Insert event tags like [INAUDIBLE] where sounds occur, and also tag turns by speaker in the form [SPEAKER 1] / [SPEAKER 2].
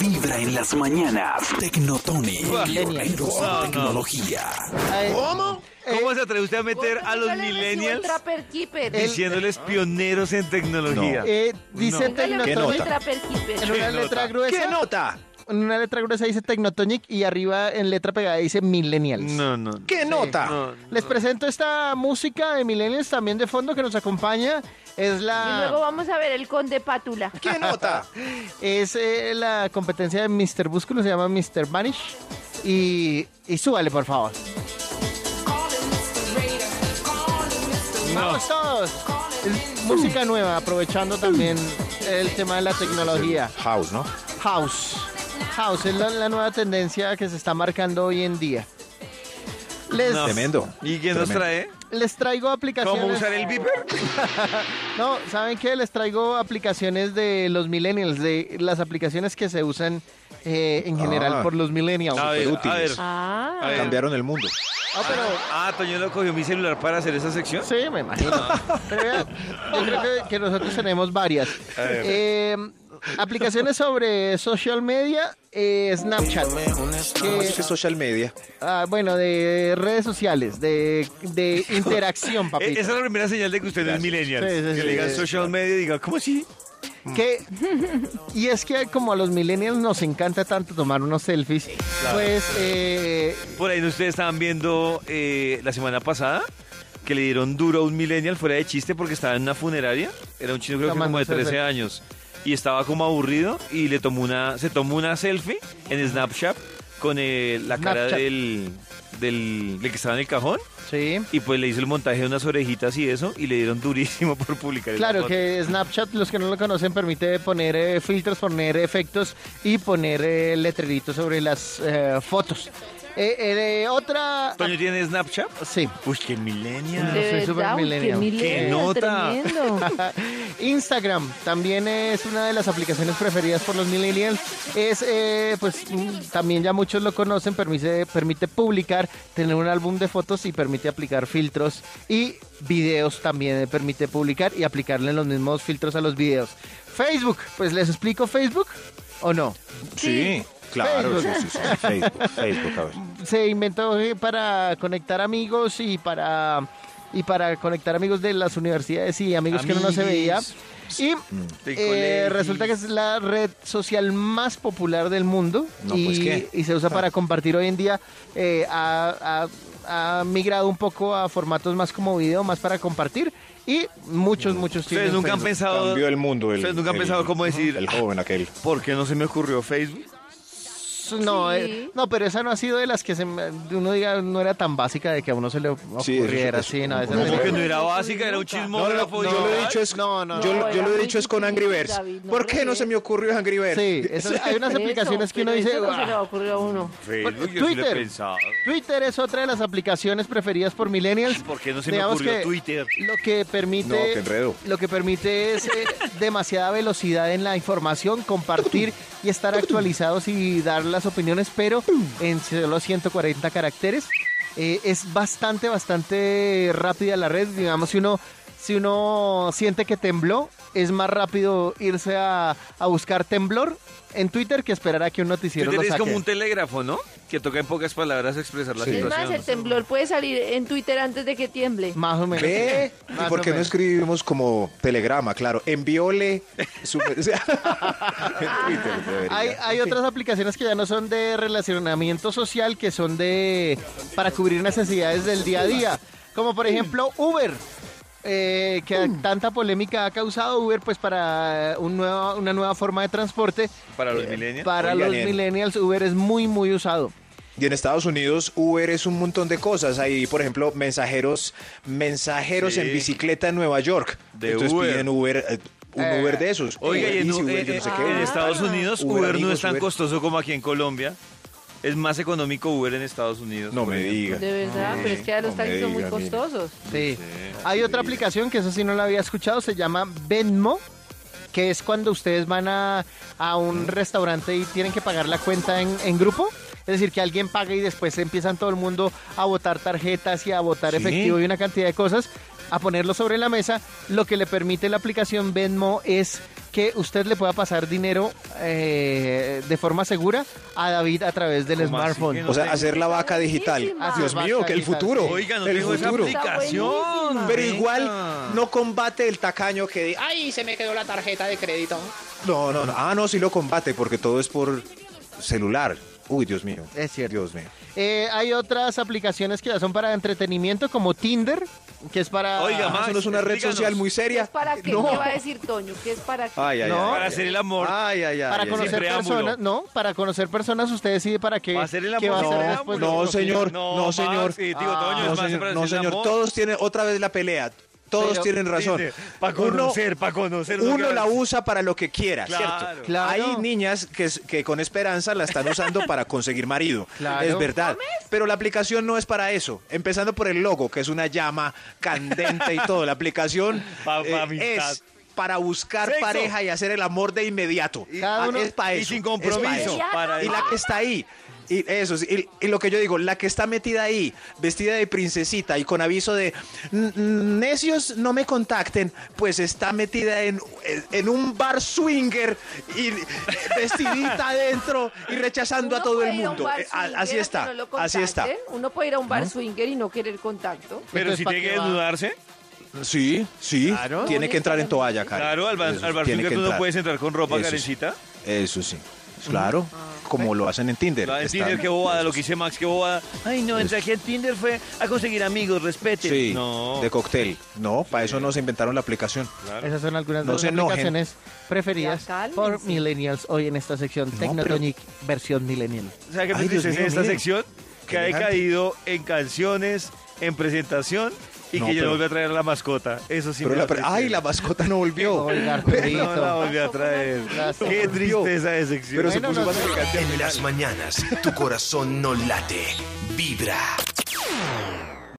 [SPEAKER 1] Vibra en las mañanas. Tecnotonic. Pioneros en
[SPEAKER 2] No, no.
[SPEAKER 1] tecnología.
[SPEAKER 3] ¿Cómo?
[SPEAKER 2] ¿Cómo se atreve usted a meter
[SPEAKER 4] Gordo,
[SPEAKER 2] a
[SPEAKER 4] yo
[SPEAKER 2] los
[SPEAKER 4] le recibo el
[SPEAKER 2] millennials
[SPEAKER 4] Trapper Keeper.
[SPEAKER 2] diciéndoles pioneros en tecnología?
[SPEAKER 3] Eh, dice
[SPEAKER 4] Venga, le
[SPEAKER 3] Tecnotonic
[SPEAKER 4] recibo el
[SPEAKER 3] en
[SPEAKER 4] Trapper Keeper.
[SPEAKER 3] una letra gruesa.
[SPEAKER 5] ¿Qué nota?
[SPEAKER 3] En una letra gruesa dice Tecnotonic y arriba en letra pegada dice Millennials.
[SPEAKER 2] No, no. no.
[SPEAKER 5] ¿Qué nota?
[SPEAKER 2] No,
[SPEAKER 3] Les presento esta música de Millennials también de fondo que nos acompaña. Es
[SPEAKER 4] Y luego
[SPEAKER 3] la,
[SPEAKER 4] vamos a ver el conde Pátula.
[SPEAKER 5] ¿Qué nota?
[SPEAKER 3] es, eh, la competencia de Mr. Búsculo, se llama Mr. Vanish. Y, y súbale, por favor. ¡Vamos todos! Es música nueva, aprovechando también el tema de la tecnología.
[SPEAKER 5] House, ¿no?
[SPEAKER 3] House. House es la, la nueva tendencia que se está marcando hoy en día. Les,
[SPEAKER 2] No.
[SPEAKER 5] Tremendo.
[SPEAKER 2] ¿Y quién nos
[SPEAKER 5] Tremendo.
[SPEAKER 2] trae?
[SPEAKER 3] les traigo aplicaciones.
[SPEAKER 2] ¿Cómo usar el beeper?
[SPEAKER 3] No, ¿saben qué? Les traigo aplicaciones de los millennials, de las aplicaciones que se usan eh, en general
[SPEAKER 5] Ah.
[SPEAKER 3] por los millennials.
[SPEAKER 2] A ver, a ver.
[SPEAKER 5] Superútiles.
[SPEAKER 4] Ah.
[SPEAKER 2] A ver.
[SPEAKER 5] Cambiaron el mundo.
[SPEAKER 3] Ah, pero...
[SPEAKER 2] Ah, Toño lo cogió mi celular para hacer esa sección.
[SPEAKER 3] Sí, me imagino. Pero vean, yo creo que, que nosotros tenemos varias. Eh, aplicaciones sobre social media, eh, Snapchat.
[SPEAKER 5] ¿Cómo es
[SPEAKER 3] que-
[SPEAKER 5] que social media?
[SPEAKER 3] Ah, bueno, de redes sociales, de, de interacción,
[SPEAKER 2] Eh,
[SPEAKER 3] papito.
[SPEAKER 2] Esa es la primera señal de que usted es millennial.
[SPEAKER 3] Sí, sí,
[SPEAKER 2] que
[SPEAKER 3] sí,
[SPEAKER 2] le digan
[SPEAKER 3] sí.
[SPEAKER 2] social media y diga, ¿cómo sí?
[SPEAKER 3] Que- y es que como a los millennials nos encanta tanto tomar unos selfies, pues eh,
[SPEAKER 2] Por ahí ¿no? ustedes estaban viendo eh, la semana pasada que le dieron duro a un millennial fuera de chiste porque estaba en una funeraria. Era un chino creo que como de
[SPEAKER 3] Tomándose
[SPEAKER 2] 13
[SPEAKER 3] selfie.
[SPEAKER 2] años. Y estaba como aburrido y le tomó una, se tomó una selfie en Snapchat con eh, la cara
[SPEAKER 3] Snapchat.
[SPEAKER 2] del, del, del que estaba en el cajón.
[SPEAKER 3] sí.
[SPEAKER 2] Y pues le hizo el montaje de unas orejitas y eso y le dieron durísimo [LAUGHS] por publicar esa
[SPEAKER 3] Claro
[SPEAKER 2] foto.
[SPEAKER 3] que Snapchat, los que no lo conocen, permite poner eh, filtros, poner efectos y poner eh, letreritos sobre las eh, fotos. Eh, eh, eh, otra...
[SPEAKER 2] Toño tiene Snapchat.
[SPEAKER 3] Sí.
[SPEAKER 2] Uy, qué millennial.
[SPEAKER 3] soy
[SPEAKER 4] De
[SPEAKER 3] súper
[SPEAKER 4] verdad, uy, qué
[SPEAKER 3] millennial.
[SPEAKER 2] ¡Qué
[SPEAKER 4] millennial,
[SPEAKER 2] nota!
[SPEAKER 4] tremendo. [LAUGHS]
[SPEAKER 3] Instagram también es una de las aplicaciones preferidas por los millennials. Es, eh, pues, mm, también ya muchos lo conocen, permite, permite publicar, tener un álbum de fotos y permite aplicar filtros y videos también eh, permite publicar y aplicarle los mismos filtros a los videos. Facebook, pues les explico Facebook o no.
[SPEAKER 5] Sí, claro.
[SPEAKER 3] Facebook.
[SPEAKER 5] sí, sí, sí. Facebook, Facebook, a ver.
[SPEAKER 3] Se inventó eh, para conectar amigos y para y para conectar amigos de las universidades y amigos que uno no se veía.
[SPEAKER 2] Amiguis.
[SPEAKER 3] Y
[SPEAKER 2] Del
[SPEAKER 3] eh,
[SPEAKER 2] colegio.
[SPEAKER 3] resulta que es la red social más popular del mundo
[SPEAKER 5] No,
[SPEAKER 3] y,
[SPEAKER 5] pues, ¿qué?
[SPEAKER 3] y se usa
[SPEAKER 2] Ah.
[SPEAKER 3] para compartir hoy en día. eh, ha, ha- ha migrado un poco a formatos más como video, más para compartir y muchos, muchos
[SPEAKER 2] Mm. Ustedes
[SPEAKER 3] tienen
[SPEAKER 2] nunca han
[SPEAKER 3] Facebook.
[SPEAKER 2] pensado.
[SPEAKER 5] Cambió el mundo. El,
[SPEAKER 2] Ustedes nunca han
[SPEAKER 5] el-
[SPEAKER 2] pensado cómo decir. "Ah,
[SPEAKER 5] El
[SPEAKER 3] "Ah,
[SPEAKER 5] joven aquel.
[SPEAKER 2] ¿Por qué no se me ocurrió Facebook?
[SPEAKER 3] No,
[SPEAKER 4] Sí.
[SPEAKER 3] eh, no, pero esa no ha sido de las que se me- de uno diga no era tan básica de que a uno se le
[SPEAKER 5] Sí, eso-
[SPEAKER 3] ocurriera.
[SPEAKER 5] eso-
[SPEAKER 3] Sí, no, esa
[SPEAKER 5] ¿Cómo
[SPEAKER 3] no
[SPEAKER 2] Como
[SPEAKER 3] era-
[SPEAKER 2] que no era básica, era un
[SPEAKER 3] no,
[SPEAKER 2] chismógrafo. y
[SPEAKER 3] yo
[SPEAKER 2] yo
[SPEAKER 3] lo
[SPEAKER 5] he dicho es,
[SPEAKER 3] No, no,
[SPEAKER 5] yo,
[SPEAKER 3] no.
[SPEAKER 5] yo
[SPEAKER 4] Era
[SPEAKER 5] lo he
[SPEAKER 4] muy
[SPEAKER 5] dicho es con Angry
[SPEAKER 4] difícil,
[SPEAKER 5] Birds.
[SPEAKER 4] David, no
[SPEAKER 5] ¿Por qué no
[SPEAKER 4] regues.
[SPEAKER 5] se me ocurrió Angry Birds?
[SPEAKER 3] Sí, esas- hay unas aplicaciones
[SPEAKER 4] Eso,
[SPEAKER 3] que uno
[SPEAKER 4] pero
[SPEAKER 3] dice.
[SPEAKER 4] eso no se
[SPEAKER 3] "Ah".
[SPEAKER 4] le va a ocurrir a uno.
[SPEAKER 2] Facebook, yo sí lo he
[SPEAKER 3] Twitter.
[SPEAKER 2] pensado.
[SPEAKER 3] Twitter es otra de las aplicaciones preferidas por millennials.
[SPEAKER 2] ¿Por qué no se me
[SPEAKER 3] Digamos
[SPEAKER 2] ocurrió
[SPEAKER 3] que
[SPEAKER 2] Twitter?
[SPEAKER 3] Lo que permite,
[SPEAKER 5] No, qué enredo.
[SPEAKER 3] lo que permite es eh, demasiada velocidad en la información, compartir y estar actualizados y dar las opiniones, pero en solo 140 caracteres. Eh, es bastante, bastante rápida la red. Digamos, si uno, si uno siente que tembló, es más rápido irse a, a buscar temblor en Twitter que esperar a que un noticiero
[SPEAKER 2] Twitter
[SPEAKER 3] lo
[SPEAKER 2] es
[SPEAKER 3] saque.
[SPEAKER 2] como un telégrafo, ¿no? Que toca en pocas palabras expresar la
[SPEAKER 5] Sí.
[SPEAKER 4] Es más,
[SPEAKER 2] situación.
[SPEAKER 4] el temblor puede salir en Twitter antes de que tiemble.
[SPEAKER 3] Más o menos.
[SPEAKER 5] ¿Ve?
[SPEAKER 3] [LAUGHS] Más
[SPEAKER 5] ¿Y por
[SPEAKER 3] o
[SPEAKER 5] qué no
[SPEAKER 3] menos.
[SPEAKER 5] escribimos como telegrama? Claro, envióle
[SPEAKER 3] [LAUGHS]
[SPEAKER 5] su... o sea, en Twitter debería.
[SPEAKER 3] Hay, hay otras aplicaciones que ya no son de relacionamiento social, que son de para cubrir necesidades del día a día. Como por ejemplo Uber, eh, que
[SPEAKER 5] Mm.
[SPEAKER 3] tanta polémica ha causado Uber, pues para un nuevo- una nueva forma de transporte.
[SPEAKER 2] Para los millennials.
[SPEAKER 3] Para
[SPEAKER 5] Oigan,
[SPEAKER 3] los
[SPEAKER 5] en-
[SPEAKER 3] millennials Uber es muy, muy usado.
[SPEAKER 5] Y en Estados Unidos Uber es un montón de cosas. Hay, por ejemplo, mensajeros, mensajeros
[SPEAKER 2] Sí.
[SPEAKER 5] en bicicleta en Nueva York.
[SPEAKER 2] De
[SPEAKER 5] Entonces
[SPEAKER 2] Uber.
[SPEAKER 5] piden Uber, eh, un
[SPEAKER 3] Eh,
[SPEAKER 5] Uber de esos.
[SPEAKER 2] Oiga, y en,
[SPEAKER 5] Easy, Uber,
[SPEAKER 2] eh,
[SPEAKER 5] yo no sé
[SPEAKER 2] eh,
[SPEAKER 5] qué.
[SPEAKER 2] en Estados Unidos Uber,
[SPEAKER 5] Uber
[SPEAKER 2] no
[SPEAKER 5] amigos,
[SPEAKER 2] es tan
[SPEAKER 5] Uber.
[SPEAKER 2] costoso como aquí en Colombia. Es más económico Uber en Estados Unidos.
[SPEAKER 5] No
[SPEAKER 2] por
[SPEAKER 5] me
[SPEAKER 2] ejemplo.
[SPEAKER 5] diga.
[SPEAKER 4] De verdad,
[SPEAKER 5] Sí,
[SPEAKER 4] pero es que ya los
[SPEAKER 5] no
[SPEAKER 4] taxis
[SPEAKER 5] me
[SPEAKER 4] son muy
[SPEAKER 5] diga, mire.
[SPEAKER 4] costosos.
[SPEAKER 3] Sí. Hay otra aplicación que eso sí no la había escuchado, se llama Venmo, que es cuando ustedes van a, a un restaurante y tienen que pagar la cuenta en, en grupo. Es decir, que alguien paga y después empiezan todo el mundo a botar tarjetas y a botar
[SPEAKER 2] Sí.
[SPEAKER 3] efectivo y una cantidad de cosas. a ponerlo sobre la mesa. Lo que le permite la aplicación Venmo es que usted le pueda pasar dinero eh, de forma segura a David a través del
[SPEAKER 2] ¿Cómo así
[SPEAKER 3] smartphone.
[SPEAKER 2] que no?
[SPEAKER 5] O sea, hacer la vaca digital.
[SPEAKER 4] Buenísima.
[SPEAKER 5] Dios
[SPEAKER 3] Hacer
[SPEAKER 5] mío,
[SPEAKER 3] vaca
[SPEAKER 5] que el
[SPEAKER 3] digital,
[SPEAKER 5] futuro.
[SPEAKER 3] sí.
[SPEAKER 2] Oiga, no
[SPEAKER 5] el
[SPEAKER 2] tengo esa
[SPEAKER 5] futuro.
[SPEAKER 2] aplicación.
[SPEAKER 5] Pues Pero
[SPEAKER 2] venga.
[SPEAKER 5] igual no combate el tacaño que di- ah,
[SPEAKER 6] Ay, se me quedó la tarjeta de crédito.
[SPEAKER 5] No, no, no. Ah, no, sí lo combate porque todo es por celular. Uy, Dios mío.
[SPEAKER 3] Es cierto.
[SPEAKER 5] Dios mío.
[SPEAKER 3] Eh, hay otras aplicaciones que ya son para entretenimiento, como Tinder, que es para.
[SPEAKER 2] Oiga,
[SPEAKER 5] Ah,
[SPEAKER 2] Max,
[SPEAKER 5] eso no es una red
[SPEAKER 2] explícanos.
[SPEAKER 5] social muy
[SPEAKER 4] ¿Qué
[SPEAKER 5] seria.
[SPEAKER 4] es para qué?
[SPEAKER 5] No.
[SPEAKER 4] ¿Qué va a decir Toño? ¿Qué es para qué?
[SPEAKER 5] Ay, ay,
[SPEAKER 3] No.
[SPEAKER 5] ay,
[SPEAKER 2] Para
[SPEAKER 5] ay,
[SPEAKER 2] hacer
[SPEAKER 5] ay.
[SPEAKER 2] el amor.
[SPEAKER 5] Ay, ay, ay.
[SPEAKER 3] para
[SPEAKER 5] ay,
[SPEAKER 3] conocer
[SPEAKER 2] sin preámbulo.
[SPEAKER 3] personas, no, para conocer personas usted decide para qué,
[SPEAKER 2] Va a ser el
[SPEAKER 3] qué va a
[SPEAKER 2] amor.
[SPEAKER 3] hacer
[SPEAKER 5] No,
[SPEAKER 3] después de
[SPEAKER 5] no,
[SPEAKER 3] su perfil.
[SPEAKER 5] señor,
[SPEAKER 2] pues, No,
[SPEAKER 5] no,
[SPEAKER 2] Max,
[SPEAKER 5] señor. Ah.
[SPEAKER 2] sí, digo, Toño, es
[SPEAKER 5] no,
[SPEAKER 2] más
[SPEAKER 5] señor,
[SPEAKER 2] para
[SPEAKER 5] no,
[SPEAKER 2] hacer el
[SPEAKER 5] señor.
[SPEAKER 2] amor.
[SPEAKER 5] todos tienen otra vez la pelea. Todos
[SPEAKER 3] Pero-
[SPEAKER 5] tienen razón.
[SPEAKER 2] Para
[SPEAKER 5] Uno-
[SPEAKER 2] conocer, para conocer.
[SPEAKER 5] Uno,
[SPEAKER 2] que-
[SPEAKER 5] la usa para lo que quiera,
[SPEAKER 2] Claro.
[SPEAKER 5] ¿cierto?
[SPEAKER 3] Claro.
[SPEAKER 5] Hay niñas que, es- que con esperanza la están usando para conseguir marido.
[SPEAKER 3] [LAUGHS] Claro.
[SPEAKER 5] Es verdad. Pero la aplicación no es para eso. Empezando por el logo, que es una llama candente y todo. La
[SPEAKER 2] [LAUGHS]
[SPEAKER 5] aplicación eh,
[SPEAKER 2] Pa- pa' amistad.
[SPEAKER 5] es para buscar
[SPEAKER 2] Sexo.
[SPEAKER 5] pareja y hacer el amor de inmediato.
[SPEAKER 3] Cada
[SPEAKER 5] Ah,
[SPEAKER 3] uno-
[SPEAKER 5] es para
[SPEAKER 2] y
[SPEAKER 5] eso.
[SPEAKER 2] sin
[SPEAKER 5] es pa'
[SPEAKER 2] compromiso.
[SPEAKER 5] eso.
[SPEAKER 2] Para
[SPEAKER 5] Y la que está ahí. Y eso, sí, y, y lo que yo digo, la que está metida ahí, vestida de princesita y con aviso de "N- n- necios no me contacten, pues está metida en, en un bar swinger y
[SPEAKER 2] [LAUGHS]
[SPEAKER 5] vestidita adentro y
[SPEAKER 4] Uno
[SPEAKER 5] rechazando a todo
[SPEAKER 4] puede
[SPEAKER 5] el
[SPEAKER 4] ir a un
[SPEAKER 5] mundo.
[SPEAKER 4] bar
[SPEAKER 5] Eh, a-
[SPEAKER 4] swinger a
[SPEAKER 5] así
[SPEAKER 4] que
[SPEAKER 5] está,
[SPEAKER 4] no lo
[SPEAKER 5] así está.
[SPEAKER 4] contacten. Uno puede ir a un bar swinger y no querer contacto.
[SPEAKER 2] Pero
[SPEAKER 3] Entonces,
[SPEAKER 2] si
[SPEAKER 3] ¿pa'
[SPEAKER 2] tiene que
[SPEAKER 3] qué va?
[SPEAKER 2] desnudarse,
[SPEAKER 5] Sí, sí.
[SPEAKER 3] Claro.
[SPEAKER 5] Tiene que entrar en toalla, Karen.
[SPEAKER 2] claro, al, bar-
[SPEAKER 5] Eso,
[SPEAKER 2] al bar
[SPEAKER 5] tiene
[SPEAKER 2] swinger
[SPEAKER 5] que
[SPEAKER 2] tú no
[SPEAKER 5] entrar.
[SPEAKER 2] puedes entrar con ropa,
[SPEAKER 5] Eso sí.
[SPEAKER 2] carecita.
[SPEAKER 5] Eso sí. Claro, como lo hacen en Tinder.
[SPEAKER 2] La de
[SPEAKER 5] Están-
[SPEAKER 2] Tinder, qué bobada, lo que dice Max, qué bobada. Ay, no,
[SPEAKER 5] entré
[SPEAKER 2] aquí en Tinder fue a conseguir amigos, respete.
[SPEAKER 5] Sí,
[SPEAKER 2] No.
[SPEAKER 5] de cóctel. No, para eso no se inventaron la aplicación.
[SPEAKER 3] Esas son algunas de
[SPEAKER 5] No
[SPEAKER 3] las
[SPEAKER 5] se enojen.
[SPEAKER 3] aplicaciones preferidas
[SPEAKER 4] Ya, cálmense.
[SPEAKER 3] por millennials hoy en esta sección Tecnotonic versión millennial.
[SPEAKER 2] ¿Sabes qué me
[SPEAKER 5] Ay, Dios
[SPEAKER 2] entristece
[SPEAKER 5] mío,
[SPEAKER 2] de esta
[SPEAKER 5] miren.
[SPEAKER 2] sección? Que
[SPEAKER 5] Qué
[SPEAKER 2] ha
[SPEAKER 5] elegante.
[SPEAKER 2] decaído en canciones, en presentación y
[SPEAKER 5] No,
[SPEAKER 2] que ya no
[SPEAKER 5] pero-
[SPEAKER 2] vuelve a traer a la mascota. Eso sí
[SPEAKER 5] Pero
[SPEAKER 2] me
[SPEAKER 5] la
[SPEAKER 2] da
[SPEAKER 5] pre-
[SPEAKER 2] tristeza.
[SPEAKER 5] ay, la mascota Oh. [LAUGHS] no
[SPEAKER 3] [LAUGHS]
[SPEAKER 5] volvió.
[SPEAKER 3] Oiga,
[SPEAKER 2] No la
[SPEAKER 3] Arturito.
[SPEAKER 2] volví a traer.
[SPEAKER 3] Lástima.
[SPEAKER 2] Qué tristeza de sección.
[SPEAKER 5] Pero se
[SPEAKER 3] Bueno,
[SPEAKER 5] puso
[SPEAKER 3] no
[SPEAKER 5] más
[SPEAKER 3] sé.
[SPEAKER 5] elegante.
[SPEAKER 7] En las mañanas, tu corazón no late, vibra.